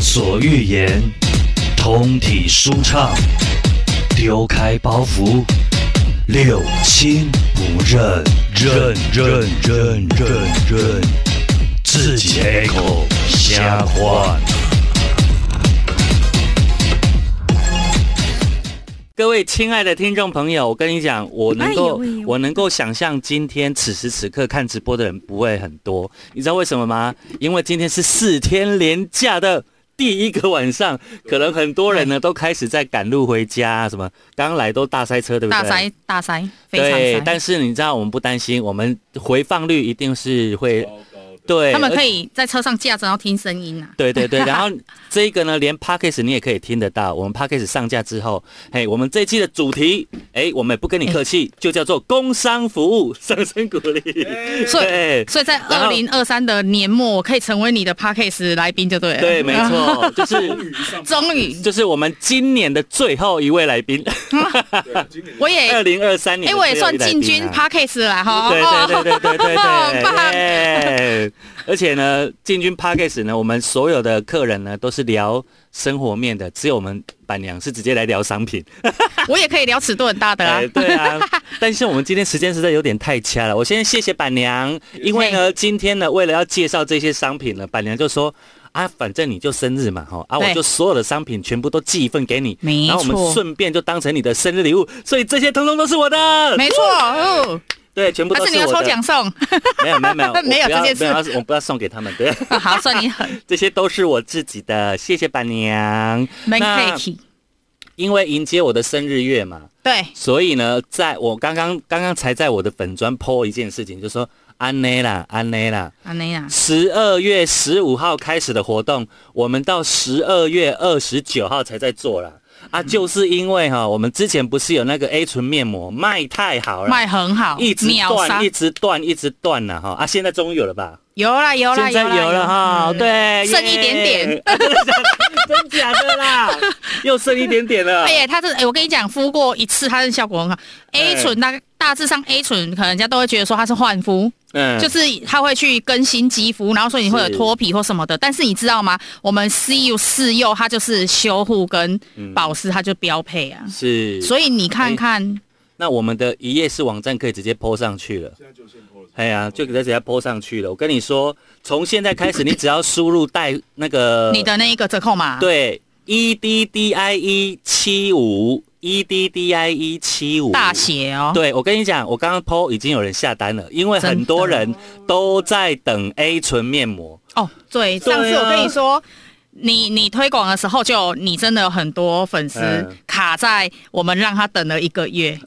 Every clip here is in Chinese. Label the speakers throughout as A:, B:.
A: 所欲言，通体舒畅，丢开包袱，六亲不认，认认认认认，自己开口
B: 哎
A: 瞎话。
C: 各位亲爱的听众朋友，我跟你讲，我能够
B: 哎呦喂，
C: 我能够想象今天此时此刻看直播的人不会很多，你知道为什么吗？因为今天是四天连假的第一个晚上，可能很多人呢都开始在赶路回家啊，什么刚来都大塞车，对不对？
B: 大塞大塞，非常
C: 对，但
B: 塞。
C: 是你知道我们不担心，我们回放率一定是会，对，
B: 他们可
C: 以。
B: 以在车上架着，然后听声音啊。
C: 对对对，然后这个呢，连 podcast 你也可以听得到。我们 podcast 上架之后，嘿，我们这一期的主题，哎，我们也不跟你客气，就叫做工商服务，掌声鼓励。
B: 所以
C: 对
B: 所以在
C: 然后
B: 二零二三的年末，我可以成为你的 Parkes 来宾就对了。啊
C: 对，没。错，就是
B: 终于，
C: 就是我们今年的最后一位来宾，
B: 我
C: 二
B: 也
C: 零二三年
B: 哎，
C: 的
B: 我也
C: 最后一
B: 算
C: 位来
B: 进
C: 宾
B: 军
C: 啊
B: Parkes 了哈。
C: 对对对对对对
B: 很棒
C: 对，耶而且呢，进军 Parkes 呢，我们所有的客人呢都是聊生活面的，只有我们板娘是直接来聊商品。
B: 我也可以聊尺度很大的啊
C: 哎，。对啊， 但是我们今天时间实在有点太掐了。我先谢谢板 娘，因为呢，今天呢，为了要介绍这些商品呢，板娘就说。啊，反正你就生日嘛，哈啊，
B: 对
C: 我就所有的商品全部都寄一份给你，
B: 没
C: 然后我们
B: 错
C: 顺便就当成你的生日礼物，所以这些通通都是我的，
B: 没错，哦，
C: 对，全部
B: 还
C: 都
B: 是
C: 是
B: 你
C: 我
B: 要
C: 的。
B: 抽奖送？
C: 没有没 有没有
B: 没有
C: 我不要
B: 这件事
C: 没有要我不要送给他们，对，
B: 好，算你狠，
C: 这些都是我自己的，谢谢板娘。
B: 没
C: 那
B: 客气。
C: 因为迎接我的生日月嘛，
B: 对，
C: 所以呢，在我刚刚刚刚才在我的粉砖 po 一件事情，就说安内啦，安内啦，
B: 安内啊，
C: 十二月十五号开始的活动，我们到十二月二十九号才在做啦。啊，
B: 嗯
C: 就是因为哈，我们之前不是有那个 A 醇面膜卖太好了，
B: 卖很好，
C: 啊一直
B: 秒杀
C: 断，一，直断，一直断了哈。啊，现在终于有了吧？
B: 有啦有啦
C: 现在有了哈，
B: 嗯
C: 对，
B: 剩一点
C: 耶
B: 点，
C: 啊 真的假的真假的 啦，又剩一点点了
B: 哎。呀，它是哎，我跟你讲，敷过一次，它的效果很好。
C: 哎
B: A 醇大大致上 A 醇，可能人家都会觉得说它是焕肤，
C: 嗯
B: 就是它会去更新肌肤，然后所以你会有
C: 是
B: 脱皮或什么的。但是你知道吗？我们 C U 四釉它就是修护跟保湿，它就标配啊。
C: 嗯是，哎
B: 所以你看看，
C: 那我们的一页式网站可以直接 PO 上去了。哎呀，就给它直接 PO 上去了。我跟你说，从现在开始，你只要输入带那个
B: 你的那一个折扣码，，
C: 呃对 E D D I E 七五 E D D I E 七五
B: 大写哦，
C: 对，我跟你讲，我刚刚 PO 已经有人下单了，因为
B: 真的
C: 很多人都在等 A 醇面膜。
B: 哦，对，
C: 对啊
B: 上次我跟你说。你你推广的时候就，你真的有很多粉丝
C: 嗯啊
B: 卡在我们让他等了一个月，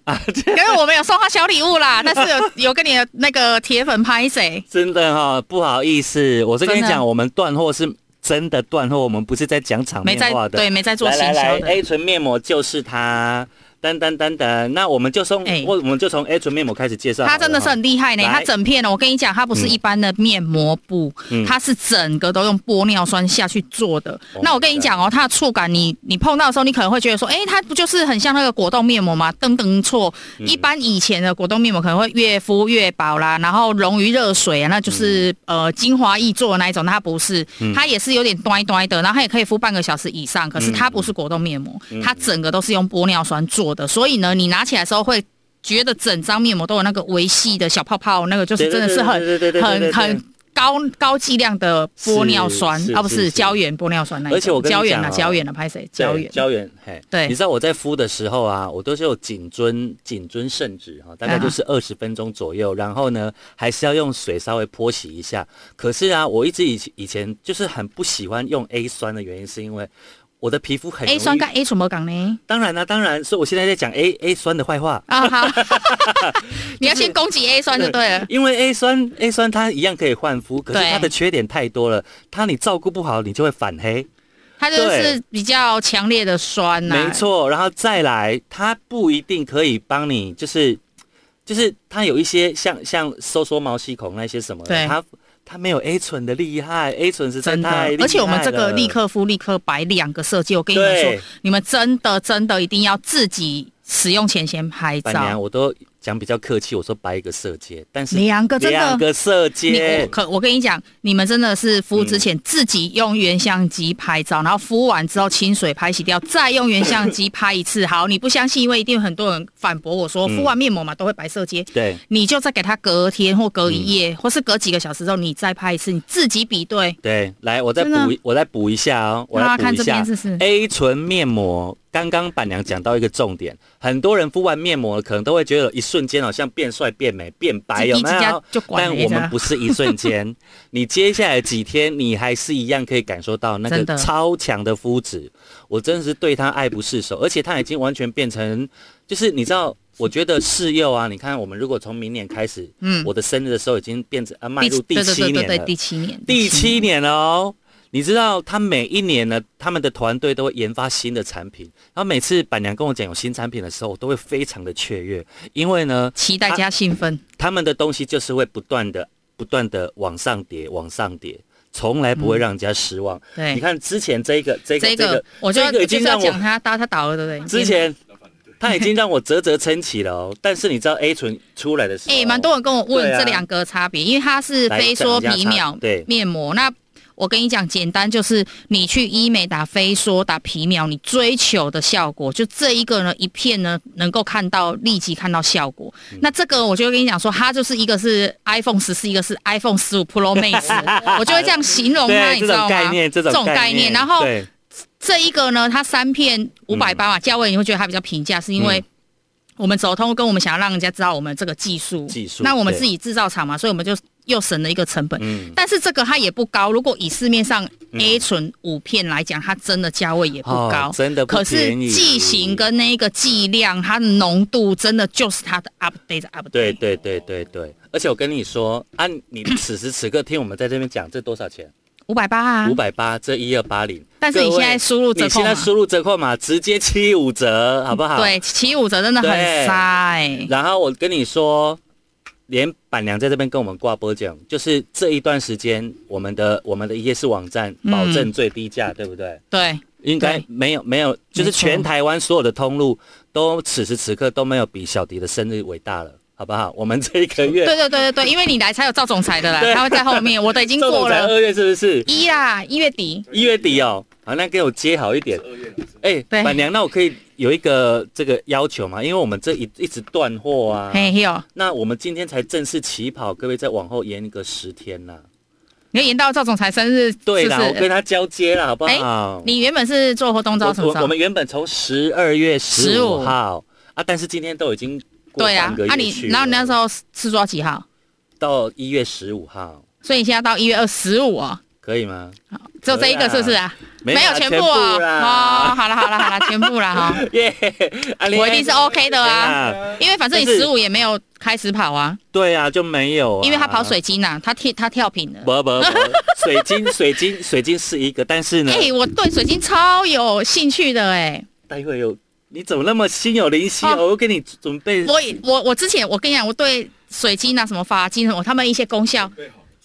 B: 因为我们有送他小礼物啦，但是有有跟你的那个铁粉拍谁？
C: 真的哈、不好意思，我是跟你
B: 真的
C: 讲，我们断货是真的断货，我们不是在讲场
B: 没
C: 面
B: 在
C: 话的。
B: 对没在做
C: 来
B: 行
C: 来
B: 销
C: 来
B: 的，
C: ，A 醇面膜就是它，等等等等。那我们就从、
B: 哎
C: 我我们就从 A 醇面膜开始介绍好了哈。
B: 它真的是很厉害呢，
C: 来
B: 它整片呢，哦我跟你讲，它不是一般的面膜布，
C: 嗯
B: 它是整个都用玻尿酸下去做的。
C: 哦
B: 那我跟你讲哦，它的触感你，你碰到的时候，你可能会觉得说，诶，它不就是很像那个果冻面膜吗？噔噔错，
C: 嗯
B: 一般以前的果冻面膜可能会越敷越薄啦，然后溶于热水啊，那就是、
C: 嗯
B: 呃精华液做的那一种，它不是，它也是有点端一端的，然后它也可以敷半个小时以上，
C: 嗯
B: 可是它不是果冻面膜，它整个都是用玻尿酸做的，所以呢，你拿起来的时候会。觉得整张面膜都有那个微细的小泡泡，那个就是真的是很
C: 对对对对对对对
B: 很很高高剂量的玻尿酸
C: 是是
B: 啊，不
C: 是
B: 是
C: 是
B: 胶原玻尿酸那一种
C: 而且我跟你
B: 胶原啊，
C: 讲哦
B: 胶原啊，拍谁？
C: 对
B: 胶原
C: 胶原，嘿，
B: 对
C: 你知道我在敷的时候啊，我都是有谨遵谨遵圣旨哈，
B: 啊
C: 大概就是二十分钟左右，然后呢，还是要用水稍微泼洗一下。可是啊，我一直以以前就是很不喜欢用 A 酸的原因，是因为我的皮肤很容易
B: A 哎酸跟 A 醇膜港呢？
C: 当然啦、啊当然，所以我现在在讲 A A 酸的坏话。
B: 啊 好， 你要先攻击 A 酸就对 了。
C: 因为 A 酸 A 酸它一样可以焕肤，可是
B: 对
C: 它的缺点太多了，它你照顾不好，你就会反黑。
B: 它就是比较强烈的酸呐、
C: 没，错，然后再来，它不一定可以帮你，就是就是它有一些像像收缩毛细孔那些什么的，
B: 对
C: 它它没有 A 醇的厉害，A 醇实在
B: 真的
C: 太厉害。
B: 而且我们这个立。刻敷、立刻白两个设计，我跟你们
C: 对
B: 说，你们真的真的一定要自己使用前先拍
C: 板娘，
B: 照。
C: 我都讲比较客气，我说摆一个色阶，但是
B: 两个真的
C: 两个色
B: 你我
C: 阶，
B: 可我跟你讲，你们真的是敷之前自己用原相机拍照，然后敷完之后清水拍洗掉，再用原相机拍一次。好，你不相信，因为一定有很多人反驳我
C: 嗯
B: 说，敷完面膜嘛都会白色阶。
C: 对
B: 你就再给它隔天或隔
C: 嗯
B: 一夜，或是隔几个小时之后，你再拍一次，你自己比对。
C: 对，来，我再
B: 真的
C: 补一，我再补一下哦，我
B: 那
C: 来补
B: 看
C: 一
B: 这
C: 下
B: 边试试
C: A 醇面膜。刚刚板娘讲到一个重点，很多人敷完面膜可能都会觉得一瞬间好像变帅、变美、变白，
B: 一
C: 有
B: 滴
C: 没
B: 之
C: 有
B: 间？就管
C: 但
B: 了一
C: 我们
B: 下
C: 不。是一瞬 间，你接下来几天，你还是一样可以感受到那
B: 真
C: 个
B: 的
C: 超强的肤质。我真的是对它爱不释手，而且它已经完全变成，就是你知道，我觉得试用啊，你看我们如果从明年开始，
B: 嗯
C: 我的生日的时候已经变成啊，迈入第
B: 对对
C: 七
B: 对对
C: 年
B: 对，
C: 了，
B: 第七年，
C: 第七年了哦。你知道他每一年呢，他们的团队都会研发新的产品，然后每次板娘跟我讲有新产品的时候，我都会非常的雀跃，因为呢，
B: 期待加兴奋，
C: 他们的东西就是会不断的、不断的往上叠、往上叠，从来不会让人家失望。你
B: 对。
C: 看之前这个、这个、
B: 这
C: 这个
B: 个，我就要
C: 这个
B: 我
C: 已
B: 就
C: 经
B: 是要
C: 让
B: 讲
C: 我
B: 他，他他倒了，对不对？
C: 之前他已经让我啧啧称奇了哦。但是你知道 A 醇出来的时候，
B: 哎、蛮多人跟我问
C: 对啊
B: 这两个差别，因为它是
C: 来
B: 非说
C: 讲一
B: 皮
C: 下差
B: 秒
C: 对
B: 面膜。那我跟你讲，简单就是你去医美打非说打皮秒，你追求的效果就这一个呢，一片呢能够看到立即看到效果。
C: 嗯
B: 那这个我就会跟你讲说，它就是一个是 iPhone 十四，一个是 iPhone 十五 Pro Max，我就会这样形容它，
C: 对
B: 啊
C: 这
B: 你知道
C: 种
B: 吗？
C: 概念，这种
B: 这种概
C: 概
B: 念然后
C: 对
B: 这一个呢，它三片五百八嘛，价位你会觉得它比较平价，是因为
C: 嗯
B: 我们走通跟我们想要让人家知道我们这个技术，
C: 技术
B: 那我们
C: 对
B: 自己制造厂嘛，所以我们就又省了一个成本。
C: 嗯，
B: 但是这个它也不高，如果以市面上 A 醇五片来讲，它真的价位也不高。
C: 哦真的不
B: 可是
C: 便宜
B: 剂型跟那个剂量，它的浓度真的就是它的 update 的 update。
C: 对对对对对，而且我跟你说，按、你此时此刻听我们在这边讲，这多少钱？
B: 五百八啊
C: 五，百八，这一二八零。
B: 但是你
C: 各位
B: 现在输入折扣
C: 你现在
B: 码
C: 输入折扣码，直接七五折，好不好？。
B: 对，七五折真的很
C: 对
B: 杀哎、
C: 然后我跟你说，连板娘在这边跟我们挂播讲，就是这一段时间，我们的我们的夜市网站
B: 嗯
C: 保证最低价，对不对？
B: 对，
C: 应该
B: 对
C: 没有没有，就是全台湾所有的通路都此时此刻都没有比小迪的生日伟大了，好不好？我们这一个月，
B: 对对对对对，因为你来才有赵总裁的啦
C: 对，
B: 他会在后面，我的已经
C: 这种
B: 过
C: 才
B: 了
C: 二月是不是？
B: 一啦，一月底。
C: 一月底哦，好，那给我接好一点。哎、
B: 对
C: 板娘，那我可以有一个这个要求吗？因为我们这一一直断货啊，
B: 嘿哟，
C: 那我们今天才正式起跑，各位再往后延个十天啦。
B: 你要延到赵总裁生日，
C: 对
B: 是
C: 啦，
B: 哎不
C: 我跟
B: 是？
C: 他交接了，好不好？
B: 你原本是做活动
C: 我
B: 招什么
C: 我我
B: 招？
C: 们原本从十二月十五
B: 15
C: 号啊，但是今天都已经过
B: 对啊
C: 半个，
B: 啊
C: 月
B: 你
C: 去，
B: 然后你那时
C: 候
B: 候是做到几号？
C: 到一月十五号，
B: 所以你现在到一月二十五哦，
C: 可以吗？
B: 只有这一
C: 可以
B: 个
C: 啊
B: 是不是
C: 啦
B: 啊？有全
C: 全
B: 部哦，
C: 啦，
B: 哦，好了好了好了， 全部了哈，
C: 耶！啊
B: 我一定是 OK 的啊，
C: 啊，
B: 因为反正你
C: 但是
B: 十五也没有开始跑啊，
C: 对啊，就没有啊，
B: 因为他跑水晶呐，他跳他跳频了。
C: 不不不，水晶水晶水晶是一个，但是呢，
B: 哎，我对水晶超有兴趣的哎，
C: 待会有你怎么那么心有灵犀？啊
B: 哦
C: 我又给你准备
B: 我也我我之前我跟你讲，我对水晶啊、什么发精什么，他们一些功效，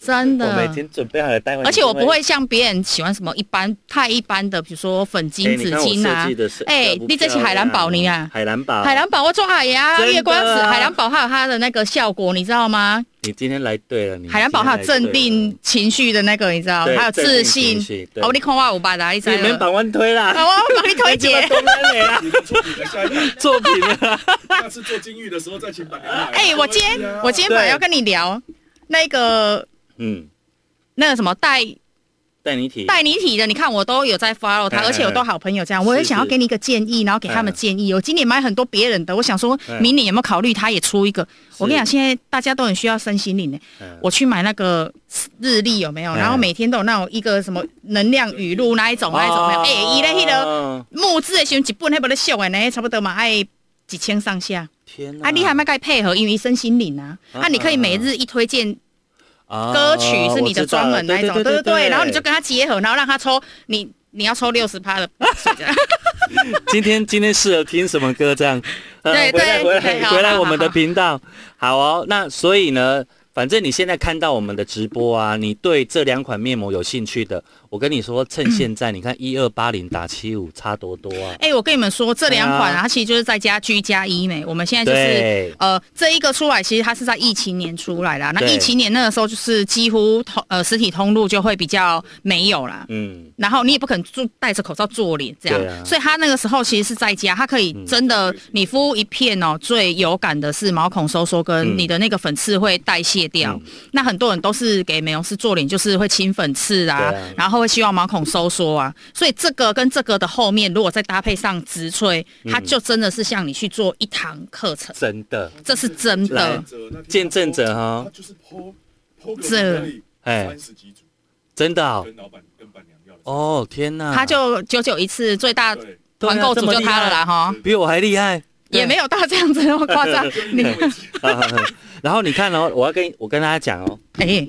B: 真
C: 我们已
B: 的。
C: 经准备好了，待会哎
B: 而且
C: 你
B: 我
C: 就
B: 不会像别人喜欢什么一般太一般的，比如说粉晶、紫晶啊。哎你这是海蓝宝你啊
C: 海蓝宝，
B: 海蓝宝我做海呀、
C: 真的啊
B: 月光子、海蓝宝还有它的那个效果，你知道吗？
C: 你今天来对了，你
B: 海蓝宝还有镇定情绪的那个，你知
C: 啊
B: 道吗？
C: 对
B: 还有自
C: 镇定
B: 信
C: 情绪。对
B: 哦，你看我有吧啦，你知
C: 今
B: 道
C: 天来对了，你们把弯推
B: 吗？
C: 啦，
B: 啊，我我帮你 推
C: 哎
B: 荐。
C: 这么多人来 啊
D: 你们做你的下一个，
C: 作品啊了，
D: 下次做金玉的时候再请板娘来。
B: 哎、我 今天我今天本来要跟你聊那个
C: 嗯，
B: 那个什么带
C: 带你体，
B: 带你体的，你看我都有在 follow 他，
C: 嗯
B: 而且我都好朋友这
C: 嗯
B: 样，我也
C: 是
B: 想要
C: 是
B: 给你一个建议，然后给他们
C: 嗯
B: 建议。我今年买很多别人的，我想说
C: 嗯
B: 明年有没有考虑他也出一个？我跟你讲，
C: 是
B: 现在大家都很需要身心灵的。
C: 嗯
B: 我去买那个日历有没有？
C: 嗯
B: 然后每天都有那种一个什么能量语录那一种那一种没有？哎，一类一的
C: 哦
B: 木质的时候一本那不咧秀的呢，差不多嘛，哎。几千上下
C: 天哪
B: 啊！你还没该配合，因为身心灵啊，
C: 嗯
B: 啊，你可以
C: 嗯
B: 每
C: 嗯
B: 日一推荐
C: 哦
B: 歌曲是你的
C: 我知道
B: 专门那一种，
C: 了
B: 对
C: 对
B: 对对，然后你就跟他结合，然后让他抽你。你要抽六十趴的，
C: 今天今天适合听什么歌？这样，呃
B: 对
C: 回来回
B: 对对
C: 来
B: 好
C: 回来
B: 好
C: 我们的
B: 好
C: 频道，好哦。那所以呢，反正你现在看到我们的直播啊，你对这两款面膜有兴趣的，我跟你说，趁现 在，你看一二八零打七五差多多啊！
B: 哎、我跟你们说，这两款
C: 对
B: 啊，
C: 啊
B: 它其实就是在家居家医美。我们现在就是
C: 对
B: 呃，这一个出来，其实它是在疫情年出来啊啦。那
C: 对
B: 疫情年那个时候，就是几乎通呃实体通路就会比较没有啦。
C: 嗯，
B: 然后你也不可能做戴着口罩做脸这样，
C: 对啊嗯
B: 所以他那个时候其实是在家，他可以真的、你敷一片哦，最有感的是毛孔收缩跟
C: 嗯
B: 你的那个粉刺会代谢掉。那很多人都是给美容师做脸，就是会清粉刺啊，
C: 对啊
B: 然后会希望毛孔收缩啊，所以这个跟这个的后面如果再搭配上植萃，它就真的是像你去做一堂课程，
C: 真的，
B: 这是真的
C: 来。见证者哈
D: 他就是剖剖个
B: 这
C: 哎
D: 三十几组
C: 真的哦
D: 跟老板跟伴娘要的，
C: 哦，天哪！
B: 他就九九一次最大
D: 对，
C: 对啊
B: 团购
C: 这
B: 组
C: 么
B: 就
C: 厉
B: 他了啦
C: 害
B: 哈，
C: 比我还厉害，
B: 也没有到这样子那么夸张。你
C: 然后你看哦，我要跟我跟大家讲哦，
B: 哎、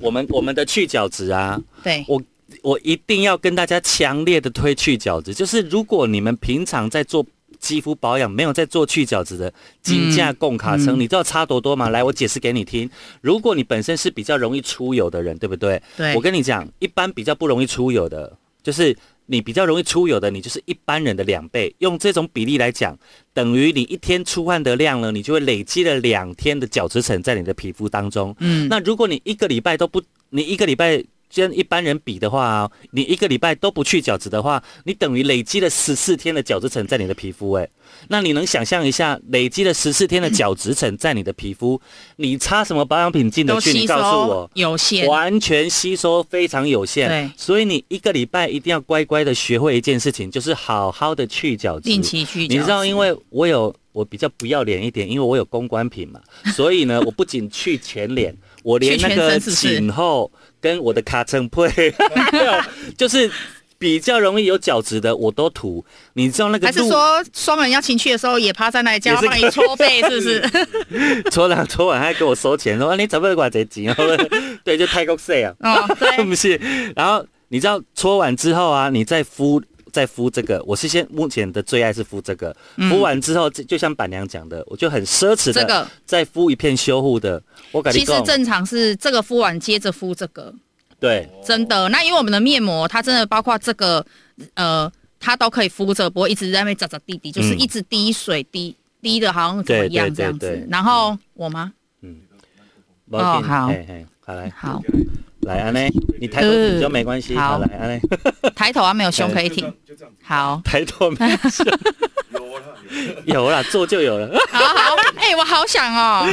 C: 我们我们的去角质啊，
B: 对，
C: 我我一定要跟大家强烈的推去角质，就是如果你们平常在做肌肤保养，没有在做去角质的，金
B: 嗯
C: 价贡卡称，你知道差多多吗？来，我解释给你听。如果你本身是比较容易出油的人，对不对？
B: 对
C: 我跟你讲，一般比较不容易出油的，就是你比较容易出油的，你就是一般人的两倍。用这种比例来讲，等于你一天出汗的量呢，你就会累积了两天的角质层在你的皮肤当中。
B: 嗯，
C: 那如果你一个礼拜都不，你一个礼拜跟一般人比的话、你一个礼拜都不去角质的话，你等于累积了十四天的角质层在你的皮肤，哎，那你能想象一下，累积了十四天的角质层在你的皮肤，你擦什么保养品进得
B: 都
C: 去？
B: 吸
C: 你告诉我
B: 收。有限，
C: 完全吸收非常有
B: 对
C: 限，所以你一个礼拜一定要乖乖的学会一件事情，就是好好的去角质。
B: 定期去角质。
C: 你知道，因为我有我比较不要脸一点，因为我有公关品 嘛，所以呢，我不仅去前脸，我连那
B: 去
C: 个
B: 全身是不是
C: 颈后跟我的卡层配， 没有就是比较容易有角质的，我都涂。你知道那个
B: 还是
C: 路
B: 说双人要情趣的时候也趴在那里，叫他帮你搓背，是不 是？
C: 昨晚昨晚还给我收钱，说、啊、你怎么管这钱？ 对，就泰国 say 啊。
B: 哦， 对，
C: 不是，然后你知道搓完之后啊，你再敷再敷这个，我是先目前的最爱是敷这个，敷完之后就就像板娘讲的，我就很奢侈的
B: 嗯这个
C: 再敷一片修护的，我感
B: 其
C: 觉
B: 实正常是这个敷完接着敷这个，
C: 对
B: 真的。那因为我们的面膜，它真的包括这个，呃，它都可以敷着，不会一直在那边咋咋滴滴，就是一直滴水滴滴的，好像怎么样
C: 嗯对对对
B: 这样
C: 对嗯
B: 子
C: 对。
B: 然后我吗？
C: 没问题
B: 好
C: 嘿嘿好来
B: 好，
C: 来安呢，你抬头
B: 呃
C: 比较没关系，
B: 好
C: 好来安呢，
B: 抬头啊，没有胸可以
D: 就这
B: 挺
D: 样。就这样子，
B: 好，
C: 抬头没 关系
D: 有啦，有啊
C: 有啦，做就有了，
B: 好好，哎，我好想哦。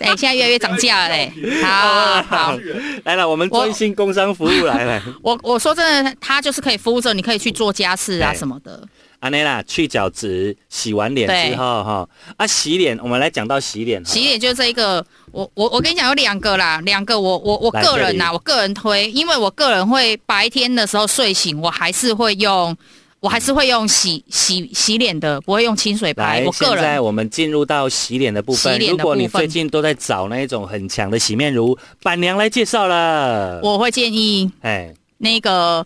B: 哎，现在越来越涨价了 嘞。好好。
C: 来了，我们专心工商服务来来。
B: 我我说真的，它就是可以敷着，你可以去做家事啊
C: 对
B: 什么的。
C: 安内啦，去角质，洗完脸之后哈，啊洗脸，我们来讲到洗脸好了，
B: 洗脸就这一个，我我我跟你讲有两个啦，两个我我我
C: 来
B: 个人呐、啊
C: 这里
B: 我个人推，因为我个人会白天的时候睡醒，我还是会用，我还是会用洗洗洗脸的，不会用清水
C: 来
B: 白。，我个
C: 现在
B: 人
C: 我们进入到洗脸的部分。
B: 洗脸的
C: 如果你
B: 部分
C: 最近都在找那一种很强的洗面乳，板娘来介绍了。
B: 我会建议
C: 哎，
B: 那个。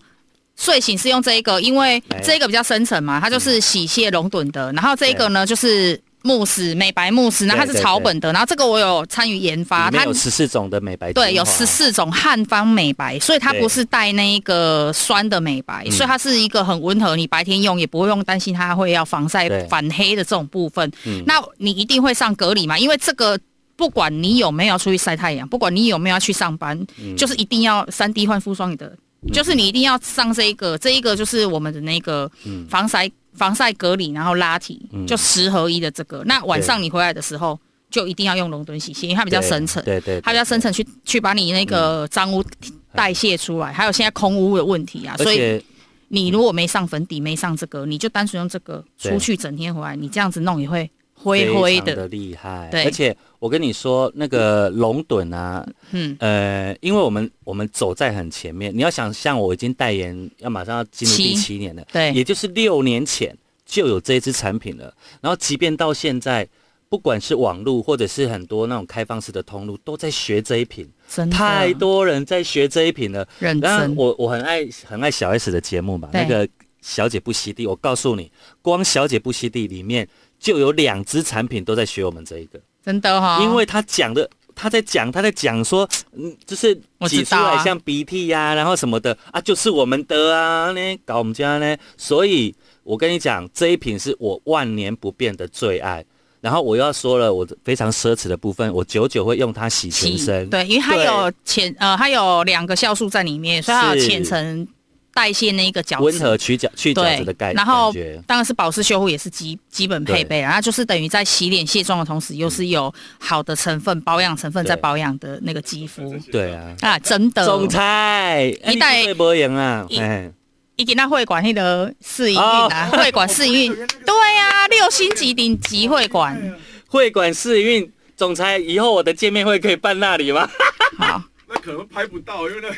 B: 睡醒是用这一个，因为
C: 哎嗯
B: 这个比较深层嘛，它就是洗卸龙趸的。然后这一个呢，就是慕斯美白慕斯，那它
C: 对
B: 是
C: 对
B: 草
C: 对
B: 本的。然后这个我有参与研发，
C: 里面
B: 它
C: 有十四种的美白精华，
B: 啊对，有十四种汉方美白，所以它
C: 对
B: 不是带那一个酸的美白，
C: 嗯
B: 所以它是一个很温和，你白天用也不会用担心它会要防晒
C: 对
B: 反黑的这种部分。
C: 嗯
B: 那你一定会上隔离嘛？因为这个。不管你有没有出去晒太阳，不管你有没有要去上班，
C: 嗯
B: 就是一定要三 D 焕肤霜你的，就是你一定要上这一个，这一个就是我们的那个防晒、防晒隔离，然后拉提，
C: 嗯
B: 就十合一的这个。那晚
C: 对
B: 上你回来的时候，就一定要用龙趸洗卸，因为它比
C: 比
B: 较深层。
C: 对对，对嗯
B: 它比较深。层去去把你那个脏污代谢出来，还有现在空污的问题啊，
C: 而
B: 所以
C: 且
B: 你如果没上粉底，没上这个，你就单纯用这个
C: 对
B: 出去整天回来，你这样子弄也会
C: 非
B: 灰
C: 常
B: 灰
C: 的
B: 的，
C: 厉害，
B: 对
C: 而且我跟你说，那个龙趸啊，
B: 嗯，
C: 呃，因为我们我们走在很前面，你要想象我已经代言，要马上要进入
B: 七
C: 第七年了，
B: 对
C: 也就是六年前就有这一支产品了。然后即便到现在，不管是网络或者是很多那种开放式的通路，都在学这一品，
B: 真的
C: 太多人在学这一品了。
B: 认
C: 然后
B: 嗯真，
C: 我我很爱很爱小 S 的节目嘛，
B: 对
C: 那个小姐不吸地，我告诉你，光小姐不吸地里面就有两支产品都在学我们这一个。
B: 真的哈，哦
C: 因为他讲的，他在讲，他在讲说，嗯，就是
B: 我知
C: 挤出
B: 道
C: 来
B: 啊
C: 像鼻涕呀、然后什么的啊，就是我们的啊，呢搞我们家呢，所以我跟你讲，这一瓶是我万年不变的最爱。然后我又要说了，我非常奢侈的部分，我久久会用它洗全身。
B: 对，因为它
C: 对
B: 有前呃，它有两个酵素在里面，所以它有
C: 是
B: 浅层代谢那个角
C: 温
B: 质。
C: 和去角去角质
B: 对
C: 的概，
B: 然后
C: 感觉
B: 当然是保湿修护也是基基本配备啊，然后就是等于在洗脸卸妆的同时，又是有好的成分保养成分
C: 对
B: 在保养的那个肌肤
C: 对啊，
B: 啊，真的。
C: 总裁，哎
B: 一代
C: 会博赢啊，
B: 一
C: 哎，
B: 一给那会馆那个试营运啊，会馆试营运，对呀、六星级顶级会 馆，
C: 会馆试运。总裁，以后我的见面会可以办那里吗？
B: 好。
D: 那可能拍不到，因为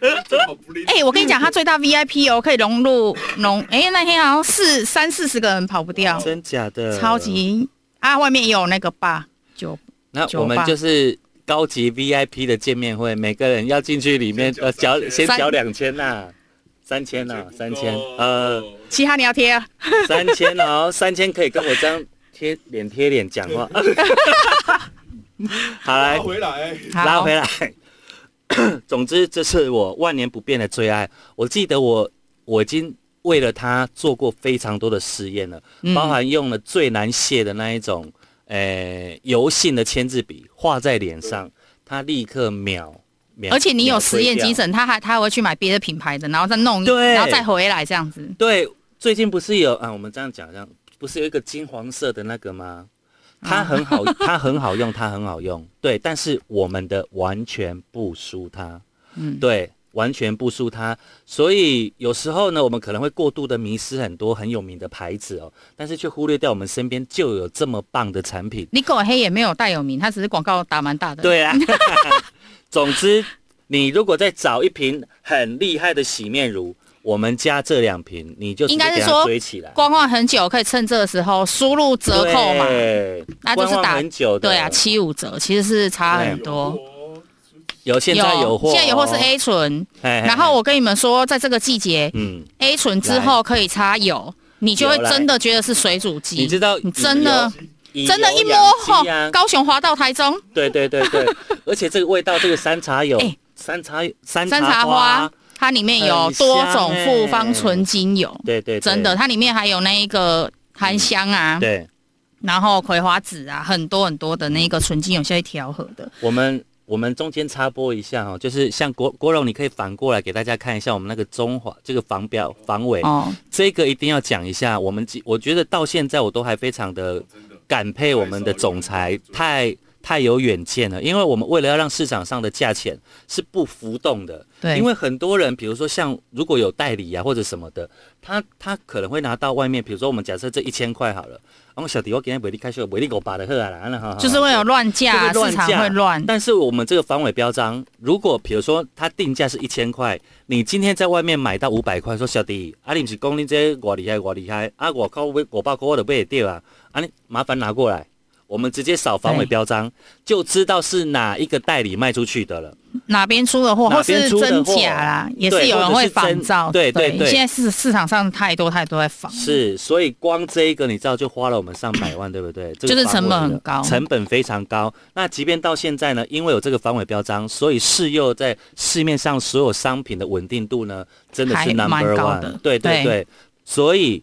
D: 那正好不利。
B: 哎、我跟你 讲，它最大 VIP 哦，可以融入融，哎、那天好像四三四十个人跑不掉，
C: 真假的，
B: 超。级啊！外面也有那个吧，就
C: 那
B: 酒
C: 我们
B: 吧
C: 就是高级 VIP 的见面会，每个人要进去里面
D: 先
C: 呃
D: 缴
C: 缴
D: 三千哦
C: 先缴两千呐，三千呐，三千呃
B: 其他你要贴啊，
C: 三千哦， 三千可以跟我这样贴脸贴脸讲 话。好来
D: 拉，回来，
B: 好
C: 拉回来。 总之，这是我万年不变的最爱。我记得我我已经为了它做过非常多的试验了，
B: 嗯
C: 包含用了最难卸的那一种，呃，油性的签字笔画在脸上，它立刻秒秒。
B: 而且你有
C: 秒
B: 实验
C: 推掉
B: 精。神，他还他还会去买别的品牌的，然后再弄，
C: 对
B: 然后再回来这样子。
C: 对，最近不是有啊？我们这样讲，这样不是有一个金黄色的那个吗？
B: 啊
C: 它很 好，它很好用，它很好用。对，但是我们的完全不输它。
B: 嗯，
C: 对，完全不输它。所以有时候呢，我们可能会过度的迷失很多很有名的牌子哦，但是却忽略掉我们身边就有这么棒的产品。
B: 你狗黑也没有带有名，他只是广告打蛮大的。，
C: 对啊， 总之，你如果再找一瓶很厉害的洗面乳，我们家这两瓶，你就直
B: 应
C: 接
B: 该
C: 给
B: 是
C: 它
B: 说
C: 追起来。
B: 观望很久，可以趁这个时候输入折扣嘛。
C: 对，
B: 那就是
C: 观望
B: 打
C: 很久的，
B: 对啊，七五折其实是差很多。
D: 多。
C: 有现在有货哦，
B: 现在有货是 A 醇，然后
C: 我
B: 我跟你们说，在这个季节，
C: 嗯，
B: A 醇之后可以擦油，你就会
C: 有来
B: 真的觉得是水煮鸡。
C: 你知道
B: 你嗯真的
C: 以
B: 真的，
C: 油
B: 一摸
C: 养
B: 后
C: 鸡啊，
B: 高雄滑到台中，
C: 对对对 对，而且这个味道，这个山茶油
B: 哎，
C: 山茶山
B: 山
C: 茶
B: 茶花，它里面有
C: 很香
B: 多种
C: 欸
B: 复方纯精油，
C: 对对，对嗯
B: 真的，，它里面还有那一个檀香啊，
C: 对
B: 然后葵花籽啊，很多很多的那个纯精油下去调和的。
C: 我们。我们中间插播一下哦，就是像国国荣，你可以反过来给大家看一下我们那个中华这个防标防伪，
B: 哦，
C: 这个一定要讲一下。我们几我觉得到现在我都还非常的
D: 真的
C: 感佩我们的总裁，太太有远见了。因为我们为了要让市场上的价钱是不浮动的，
B: 对，
C: 因为很多人，比如说像如果有代理啊或者什么的，他他可能会拿到外面，比如说我们假设这一千块好了，然后小迪我给他维力开售，维力狗把的喝啊啦，哈，
B: 就是会有乱价啊，
C: 就会
B: 市
C: 乱
B: 场
C: 价
B: 会乱。
C: 但是我们这个防伪标章，如果比如说它定价是一千块，你今天在外面买到五百块，说小弟，啊你不是讲你这我厉害我厉害，啊我靠我我包括我的被掉啊，啊你麻烦拿过来，我们直接扫防伪
B: 对
C: 标章，就知道是哪一个代理卖出去的了。
B: 哪边出的货，
C: 哪
B: 或
C: 边
B: 是
C: 出的
B: 真
C: 货
B: 假啦，也
C: 对
B: 是有人
C: 或者
B: 会
C: 是
B: 仿
C: 真
B: 造。
C: 对对对
B: 现在市市场上太多太多在仿。
C: 是，所以光这一个你知道就花了我们上百万，对不对？这个
B: 就是
C: 防
B: 成本
C: 伪的
B: 很高
C: 成本非常高。那即便到现在呢，因为有这个防伪标章，所以试用在市面上所有商品的稳定度呢，真的是
B: 还蛮
C: number
B: 高
C: one
B: 的。
C: 对对
B: 对
C: 对，所以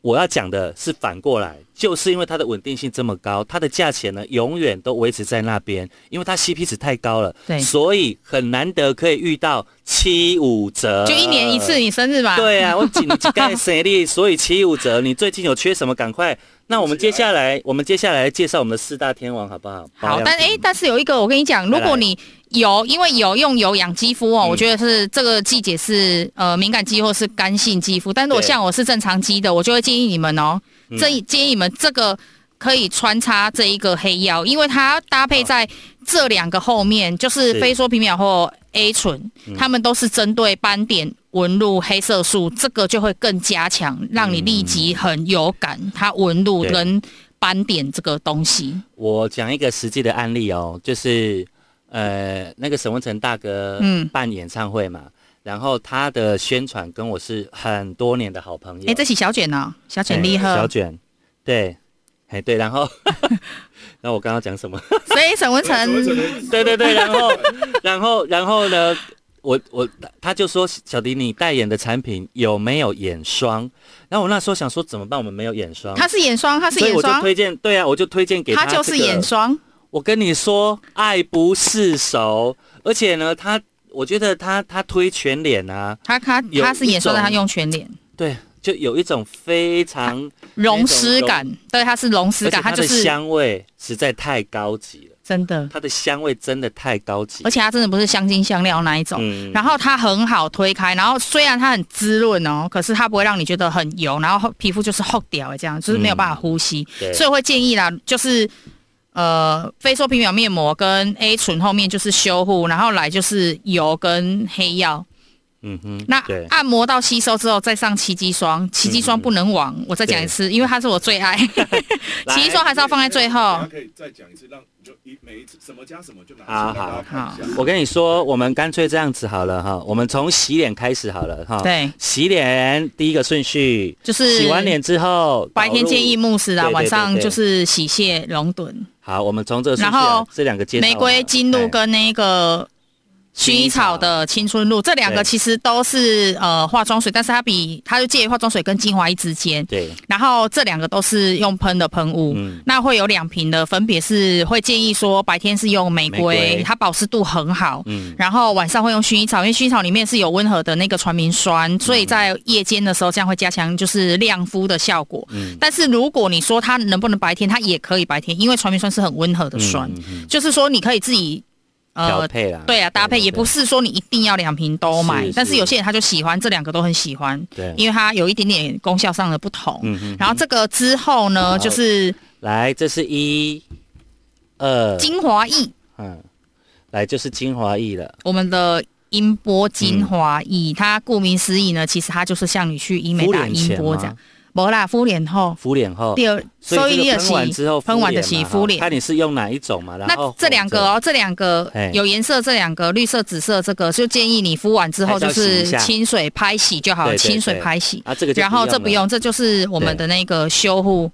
C: 我要讲的是反过来，就是因为它的稳定性这么高，它的价钱呢永远都维持在那边，因为它 CP 值太高了，
B: 对
C: 所以很难得可以遇到七五折，
B: 就一年一次你生日吧。
C: 对啊，我紧盖谁力，所以七五折。你最近有缺什么？赶快。那我们接下来，我们接下来介绍我们的四大天王，好不好？保
B: 好，
C: 养
B: 但
C: 品
B: 诶，但是有一个我跟你讲，
C: 来嗯
B: 如果你油，因为油用油养肌肤哦，我觉得是这个季节是呃敏感肌或是干性肌肤，但如果
C: 对
B: 像我是正常肌的，我就会建议你们哦，
C: 嗯
B: 这建议你们这个可以穿插这一个黑曜，因为它搭配在这两个后面，就是
C: 是嗯
B: 非说皮秒或 A 醇，它们都是针对斑点。纹路、黑色素，这个就会更加强，让你立即很有感它纹路
C: 嗯对
B: 跟斑点这个东西。
C: 我讲一个实际的案例哦，就是呃，那个沈文成大哥
B: 嗯
C: 办演唱会嘛，然后他的宣传跟我是很多年的好朋友。
B: 哦哎、这起小卷呢、小卷厉害，
C: 小卷，对，哎，对，然后，然后我刚刚讲什么？
B: 所以沈文成
D: 我真的
C: 对对对，然后， 然后，然后呢？我我他就说小迪，你代言的产品有没有眼霜？然后我那时候想说怎么办？我们没有眼霜，
B: 他是眼霜，他是
C: 所以
B: 眼
C: 我就
B: 霜，
C: 推荐，对啊，我就推荐给
B: 他
C: 他、
B: 就是眼。霜。
C: 我跟你说，爱不释手，而且呢，他我觉得他他推全脸啊，
B: 他他
C: 有
B: 他是眼霜，
C: 一种
B: 但他用全脸，
C: 对，就有一种非常，
B: 溶湿感，对，它是溶湿
C: 而且
B: 感，它
C: 它
B: 就
C: 的
B: 是
C: 香味实在太高级了，
B: 真的，
C: 它的香味真的太高级了，
B: 而且它真的不是香精香料那一种。
C: 嗯
B: 然后它很好推开，然后虽然它很滋润哦，可是它不会让你觉得很油，然后皮肤就是厚掉了这样，就是没有办法呼吸。
C: 嗯对
B: 所以我会建议啦，就是呃，非说皮秒面膜跟 A 醇后面就是修护，然后来就是油跟黑药。
C: 嗯哼，
B: 那啊
C: 对，嗯
B: 按摩到吸收之后，再上奇迹霜，奇迹霜不能忘，我再讲一次，因为它是我最爱。
C: 来
B: 奇迹霜还是要放在最后
D: 大家。可以再讲一次，让你就一每一次什么加什么就拿
C: 好
D: 出来让大家看一下。
C: 我跟你说，我们干脆这样子好了哈，我们从洗脸开始好了哈。，
B: 对，
C: 洗脸第一个顺序，
B: 就是
C: 洗完脸之后，
B: 白天建议
C: 导入
B: 慕斯啊，
C: 对对对
B: 晚上
C: 对
B: 就是洗卸龙趸、
C: 好，我们从这个顺序
B: 然
C: 啊
B: 后
C: 这两个介绍
B: 玫瑰金露跟那个薰衣草的青春露，这两个
C: 对
B: 其实都是呃化妆水，但是它比它就介于化妆水跟精华液之间。
C: 对，
B: 然后这两个都是用喷的喷雾，
C: 嗯
B: 那会有两瓶的，分别是会建议说白天是用玫瑰，
C: 玫瑰
B: 它保湿度很好。
C: 嗯
B: 然后晚上会用薰衣草，因为薰衣草里面是有温和的那个传明
C: 嗯
B: 酸，所以在夜间的时候这样会加强就是亮肤的效果。
C: 嗯，
B: 但是如果你说它能不能白天，它也可以白天，因为传明酸是很温和的酸，
C: 嗯嗯嗯
B: 就是说你可以自己
C: 调。配啦，
B: 对啊，搭配也不是说你一定要两瓶都买，
C: 是
B: 但是
C: 是
B: 有些人他就喜欢这两个都很喜欢，
C: 对，
B: 因为它有一点点功效上的不同。
C: 嗯哼
B: 然后这个之后呢，
C: 好
B: 就是
C: 来，这是一，二，
B: 精华液，
C: 嗯，来就是精华液了，
B: 我们的音波
C: 嗯
B: 精华液，它顾名思义呢，其实它就是像你去医美
C: 敷
B: 打
C: 脸
B: 音
C: 前
B: 波这
C: 吗
B: 样？，没啦，敷脸后，
C: 敷脸后，
B: 第二，
C: 所以
B: 你
C: 这
B: 也
C: 个喷完之后，
B: 喷完的
C: 洗
B: 洗敷脸，
C: 看你是用哪一种哦嘛，然后
B: 那这两个哦，这两个
C: 嘿
B: 有颜色，这两个绿色、紫色，这个就建议你敷完之后就
C: 还是要洗
B: 是
C: 一下
B: 清水拍洗就好了，
C: 对对对
B: 清水拍洗。
C: 啊，这个就
B: 然后这
C: 了
B: 不，用，这就是我们的那个修护，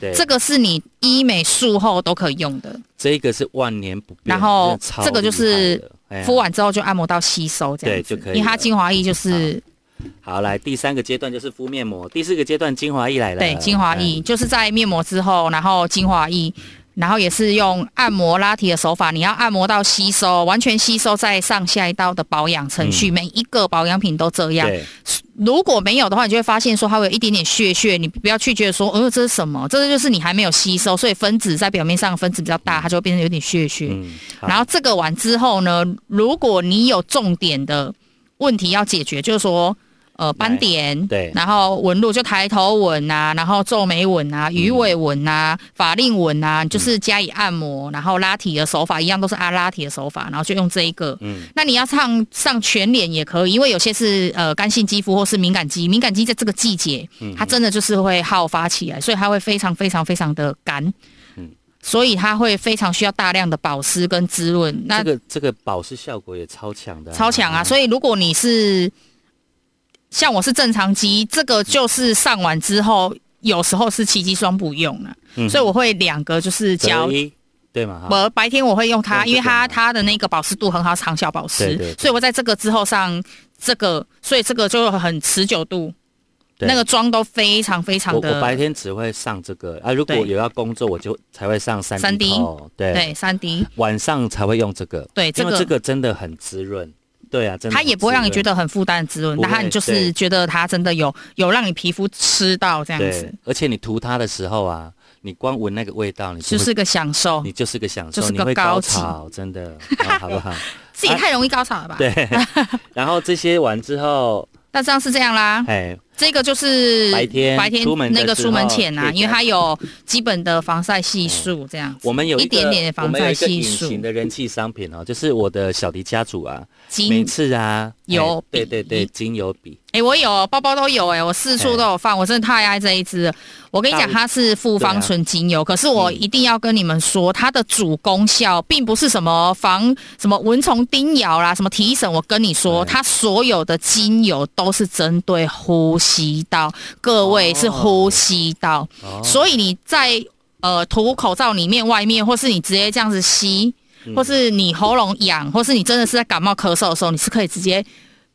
C: 对，
B: 这个是你医美术后都可以用的。
C: 这一个是万年不变，
B: 然后
C: 真的超
B: 这个就
C: 厉
B: 是
C: 害的哎呀
B: 敷完之后就按摩到吸收这样
C: 对就
B: 子，
C: 可以了
B: 因为它精华液就是
C: 好，来第三个阶段就是敷面膜，第四个阶段精华液来了。
B: 对精华液，就是在面膜之后，然后精华液，然后也是用按摩拉提的手法，你要按摩到吸收，完全吸收再上下一道的保养程序，每一个保养品都这
C: 嗯，
B: 样。
C: 对，
B: 如果没有的话，你就会发现说它会有一点点屑屑，你不要去觉得说，呃，这是什么？这就是你还没有吸收，所以分子在表面上分子比较大，它就会变成有点屑屑。
C: 嗯，好
B: 然后这个完之后呢，如果你有重点的问题要解决，就是说，呃，斑点，
C: 对
B: 然后纹路就抬头纹啊，然后皱眉纹
C: 嗯
B: 啊、鱼尾纹啊、法令纹啊，你就是加以按摩，然后拉提的手法一样都是阿拉提的手法，然后就用这一个，
C: 嗯，
B: 那你要上上全脸也可以，因为有些是呃干性肌肤或是敏感肌，敏感肌在这个季节，
C: 嗯
B: 它真的就是会好发起来，所以它会非常非常非常的干，
C: 嗯
B: 所以它会非常需要大量的保湿跟滋润，那
C: 这个这个保湿效果也超强的啊，
B: 超强啊！所以如果你是像我是正常肌，这个就是上完之后，有时候是奇迹霜不用了、
C: 嗯
B: 所以我会两个就是交
C: 择一对嘛，哈
B: 我白天我会用它，
C: 用这个
B: 因为它
C: 吗
B: 它的那个保湿度很好，长效保
C: 对
B: 湿
C: 对对，
B: 所以我在这个之后上这个，所以这个就很持久度，
C: 对
B: 那个妆都非常非常
C: 我
B: 的
C: 我白天只会上这个啊，如果
B: 对
C: 有要工作，我就才会上三
B: 3D
C: 头对，
B: 对三 D，
C: 晚上才会用这个，
B: 对这
C: 因为
B: 个
C: 这个真的很滋润，对啊，真的
B: 它
C: 很
B: 也不会让你
C: 滋
B: 觉
C: 润
B: 得很负担滋润，
C: 不会
B: 然后你就是
C: 对
B: 觉得它真的有有让你皮肤吃到这样子
C: 对，，而且你涂它的时候啊，你光闻那个味道，你就
B: 就
C: 会
B: 是个享受
C: 你。就是个享
B: 哦就
C: 受，
B: 是
C: 你
B: 个
C: 会
B: 高
C: 高
B: 级
C: 潮，真的，哦好好不 好？
B: 自己太容易高潮了吧？
C: 啊对，然后这些完之后，
B: 但这样是这样啦，
C: 哎，
B: 这个就是
C: 白天
B: 白天
C: 出门的
B: 那个
C: 时
B: 出门
C: 候
B: 前啊，
C: 可以
B: 因为
C: 加
B: 它有基本的防晒系数这样子，
C: 哎我们有
B: 一
C: 个
B: 点点的
C: 我
B: 防
C: 们有一
B: 晒
C: 个
B: 系
C: 隐
B: 数
C: 形，的人气商品哦，就是我的小迪家族啊，每
B: 金
C: 次啊，哎
B: 油
C: 对
B: 笔
C: 对对，精油笔，
B: 哎、我有包包都有哎、我四处都有放，我真的太爱这一支了。我跟你讲，
C: 大啊
B: 它是复方醇精油，可是我
C: 嗯
B: 一定要跟你们说，它的主功效并不是什么防什么蚊虫叮咬啦，什么提神。我跟你说，
C: 对
B: 它所有的精油都是针对呼吸道，各位
C: 哦
B: 是呼吸道，
C: 哦
B: 所以你在。呃涂口罩里面、外面，或是你直接这样子吸，或是你喉咙痒，或是你真的是在感冒咳嗽的时候，你是可以直接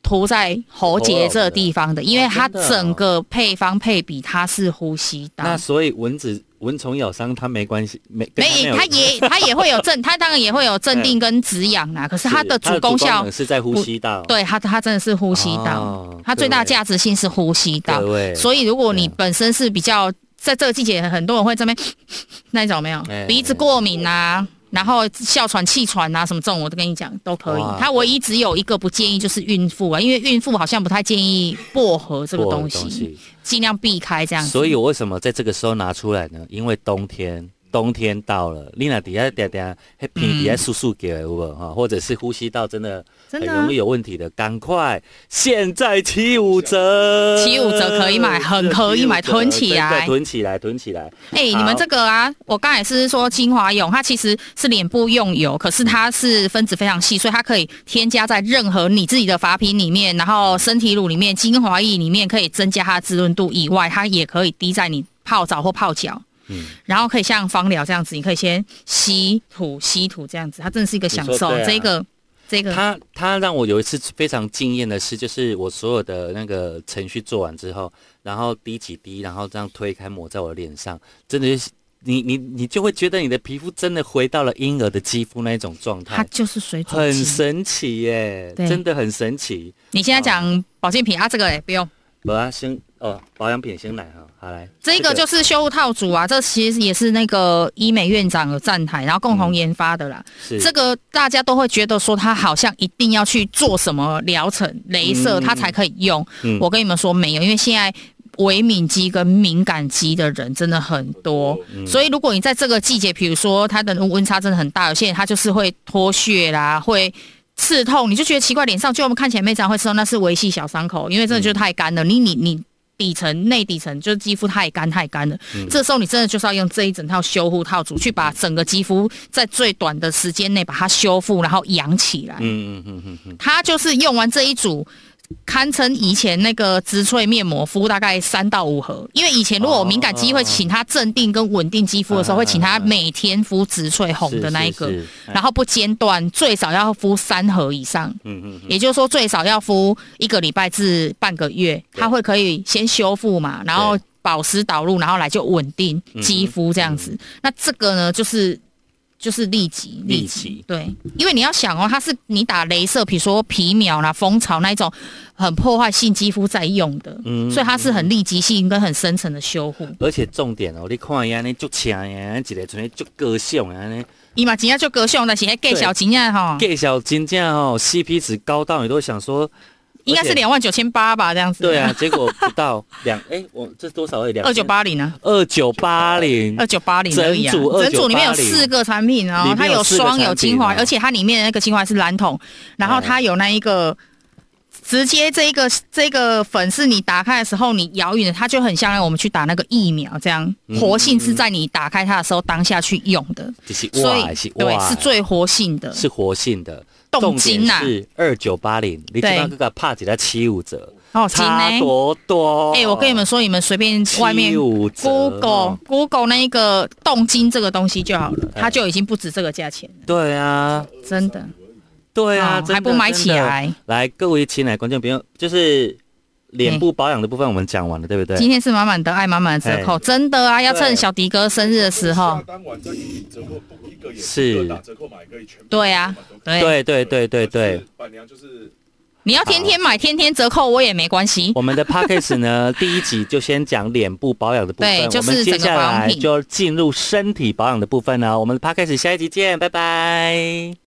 B: 涂在喉结这地方的，因为它
C: 真的哦
B: 整个配方配比它是呼吸道。
C: 那所以蚊子蚊虫咬伤它没关系，没跟
B: 没，
C: 它
B: 它
C: 有
B: 也它也会有镇，它当然也会 有镇定跟止痒啦。可是它的主功效
C: 能，是在呼
B: 不
C: 吸道，
B: 对它它真的是呼吸道
C: 哦，
B: 它最大
C: 对
B: 价值性是呼吸道。
C: 各位，
B: 所以如果你
C: 对啊
B: 本身是比较在这个季节，很多人会这边 那一种没有
C: 哎
B: 鼻子过敏啊，然后哮喘、气喘啊什么这种，我都跟你讲都可以
C: 哇。
B: 它唯一只有一个不建议就是孕妇啊，因为孕妇好像不太建议薄荷这个
C: 薄荷
B: 东西，。尽量避开这样子。
C: 所以我为什么在这个时候拿出来呢？因为冬天，冬天到了，你那底下点点，还鼻底下簌簌给有无哈？或者是呼吸道真的
B: 真
C: 很
B: 的啊
C: 容易有问题的，赶快现在七五折，
B: 七五折可以买很可以买
C: 七五折
B: 囤起来
C: 真的囤起来，囤起来。
B: 哎、
C: 好
B: 你们这个啊，我刚才是说精华油，它其实是脸部用油，可是它是分子非常细，所以它可以添加在任何你自己的发品里面，然后身体乳里面、精华液里面，可以增加它的滋润度以外，它也可以滴在你泡澡或泡脚。
C: 嗯
B: 然后可以像芳疗这样子，你可以先吸吐吸吐这样子，它真的是一个享
C: 你
B: 受。
C: 说对啊
B: 这个这个
C: 他他让我有一次非常惊艳的事，就是我所有的那个程序做完之后，然后滴几滴，然后这样推开抹在我脸上，真的就是你你你就会觉得你的皮肤真的回到了婴儿的肌肤那一种状
B: 它
C: 态，
B: 就是水煮
C: 很
B: 鸡。
C: 神奇耶，
B: 对
C: 真的很神奇。
B: 你现在讲保健品啊，这个也不用。
C: 我要先哦，保养品先来哈，好来，
B: 这个就是修护套组啊，这其实也是那个医美院长有站台，然后共同研发的啦。
C: 嗯是
B: 这个大家都会觉得说，它好像一定要去做什么疗程、镭射，
C: 嗯
B: 它才可以用。
C: 嗯
B: 我跟你们说没有，因为现在微敏肌跟敏感肌的人真的很多。所以，如果你在这个季节，比如说它的温差真的很大，有些人他就是会脱屑啦，会刺痛，你就觉得奇怪，脸上就我们看起来没长会刺痛，那是维系小伤口，因为真的就太干了。你你你底层内底层就是肌肤太干太干了，这时候你真的就是要用这一整套修护套组去把整个肌肤在最短的时间内把它修复，然后养起来。
C: 嗯嗯嗯嗯嗯，
B: 它就是用完这一组。堪称以前那个植萃面膜敷大概三到五盒，因为以前如果我敏感肌会请它镇定跟稳定肌肤的时候，
C: 啊
B: 会请它每天敷植萃红的那一个，然后不间断，最少要敷三盒以上。
C: 嗯嗯嗯
B: 也就是说，最少要敷一个礼拜至半个月，
C: 对
B: 它会可以先修复嘛，然后保湿导入，然后来就稳定
C: 嗯
B: 肌肤这样子。那这个呢，就是就是立即
C: 立即
B: 对，因为你要想哦，它是你打镭射，比如说皮秒啦、蜂巢那一种很破坏性肌肤在用的，
C: 嗯
B: 所以它是很立即性跟很深层的修护。
C: 而且重点哦，你看伊安尼足强呀，一个像啊足个性安尼。
B: 伊嘛，真正就割胸，但是还给小金啊哈，
C: g a 小金这样哦，CP 值高到你都想说，
B: 应该是两万九千八吧，这样子。
C: 对啊，，结果不到 两，哎，我这多少而已，两
B: 二九八零啊。
C: 二九八零，
B: 二九八零而已啊，
C: 整组2980
B: 整组里面有四个产品
C: 里
B: 哦
C: 面，
B: 它
C: 有
B: 有
C: 四个
B: 霜
C: 产
B: 有
C: 品
B: 精华，
C: 哦
B: 而且它里面的那个精华是蓝桶，然后
C: 嗯
B: 它有那一个。直接这一个这个粉是你打开的时候，你遥远的它就很像我们去打那个疫苗这样，
C: 嗯
B: 活性是在你打开它的时候当下去用的，
C: 就是
B: 所
C: 哇，
B: 以
C: 是
B: 对
C: 哇，
B: 是最活性的，
C: 是活性的，
B: 动
C: 点
B: 金啊呐、
C: 是二九八零，你知道这个帕几在七五折，
B: 哦，金呢、
C: 差多多。
B: 哎、我跟你们说，你们随便外面
C: 75折
B: Google Google 那一个动金这个东西就好了，
C: 哎
B: 它就已经不值这个价钱了，
C: 对啊，
B: 真的。
C: 对啊，
B: 哦
C: 真的
B: 还不买起。
C: 真的
B: 来？
C: 来，各位亲爱的观众朋友，就是脸部保养的部分我们讲完了，对不对？
B: 今天是满满的爱，满满的折扣，真的啊！要趁小迪哥生日的时候
D: 下，单完再一起折扣，不一个也
C: 是
D: 各打折扣买，可以全部
B: 对啊
D: 都可以
C: 对
B: 对，
C: 对对对对。，
D: 板娘就是
B: 你要天天买，天天折扣，我也没关系。
C: 我们的 p a c k a g e 呢，第一集就先讲脸部保养的部分，
B: 对就是
C: 我们接下
B: 整个保养
C: 来
B: 品
C: 就进入身体保养的部分呢。我们 p a c k a g e 下一集见，拜拜。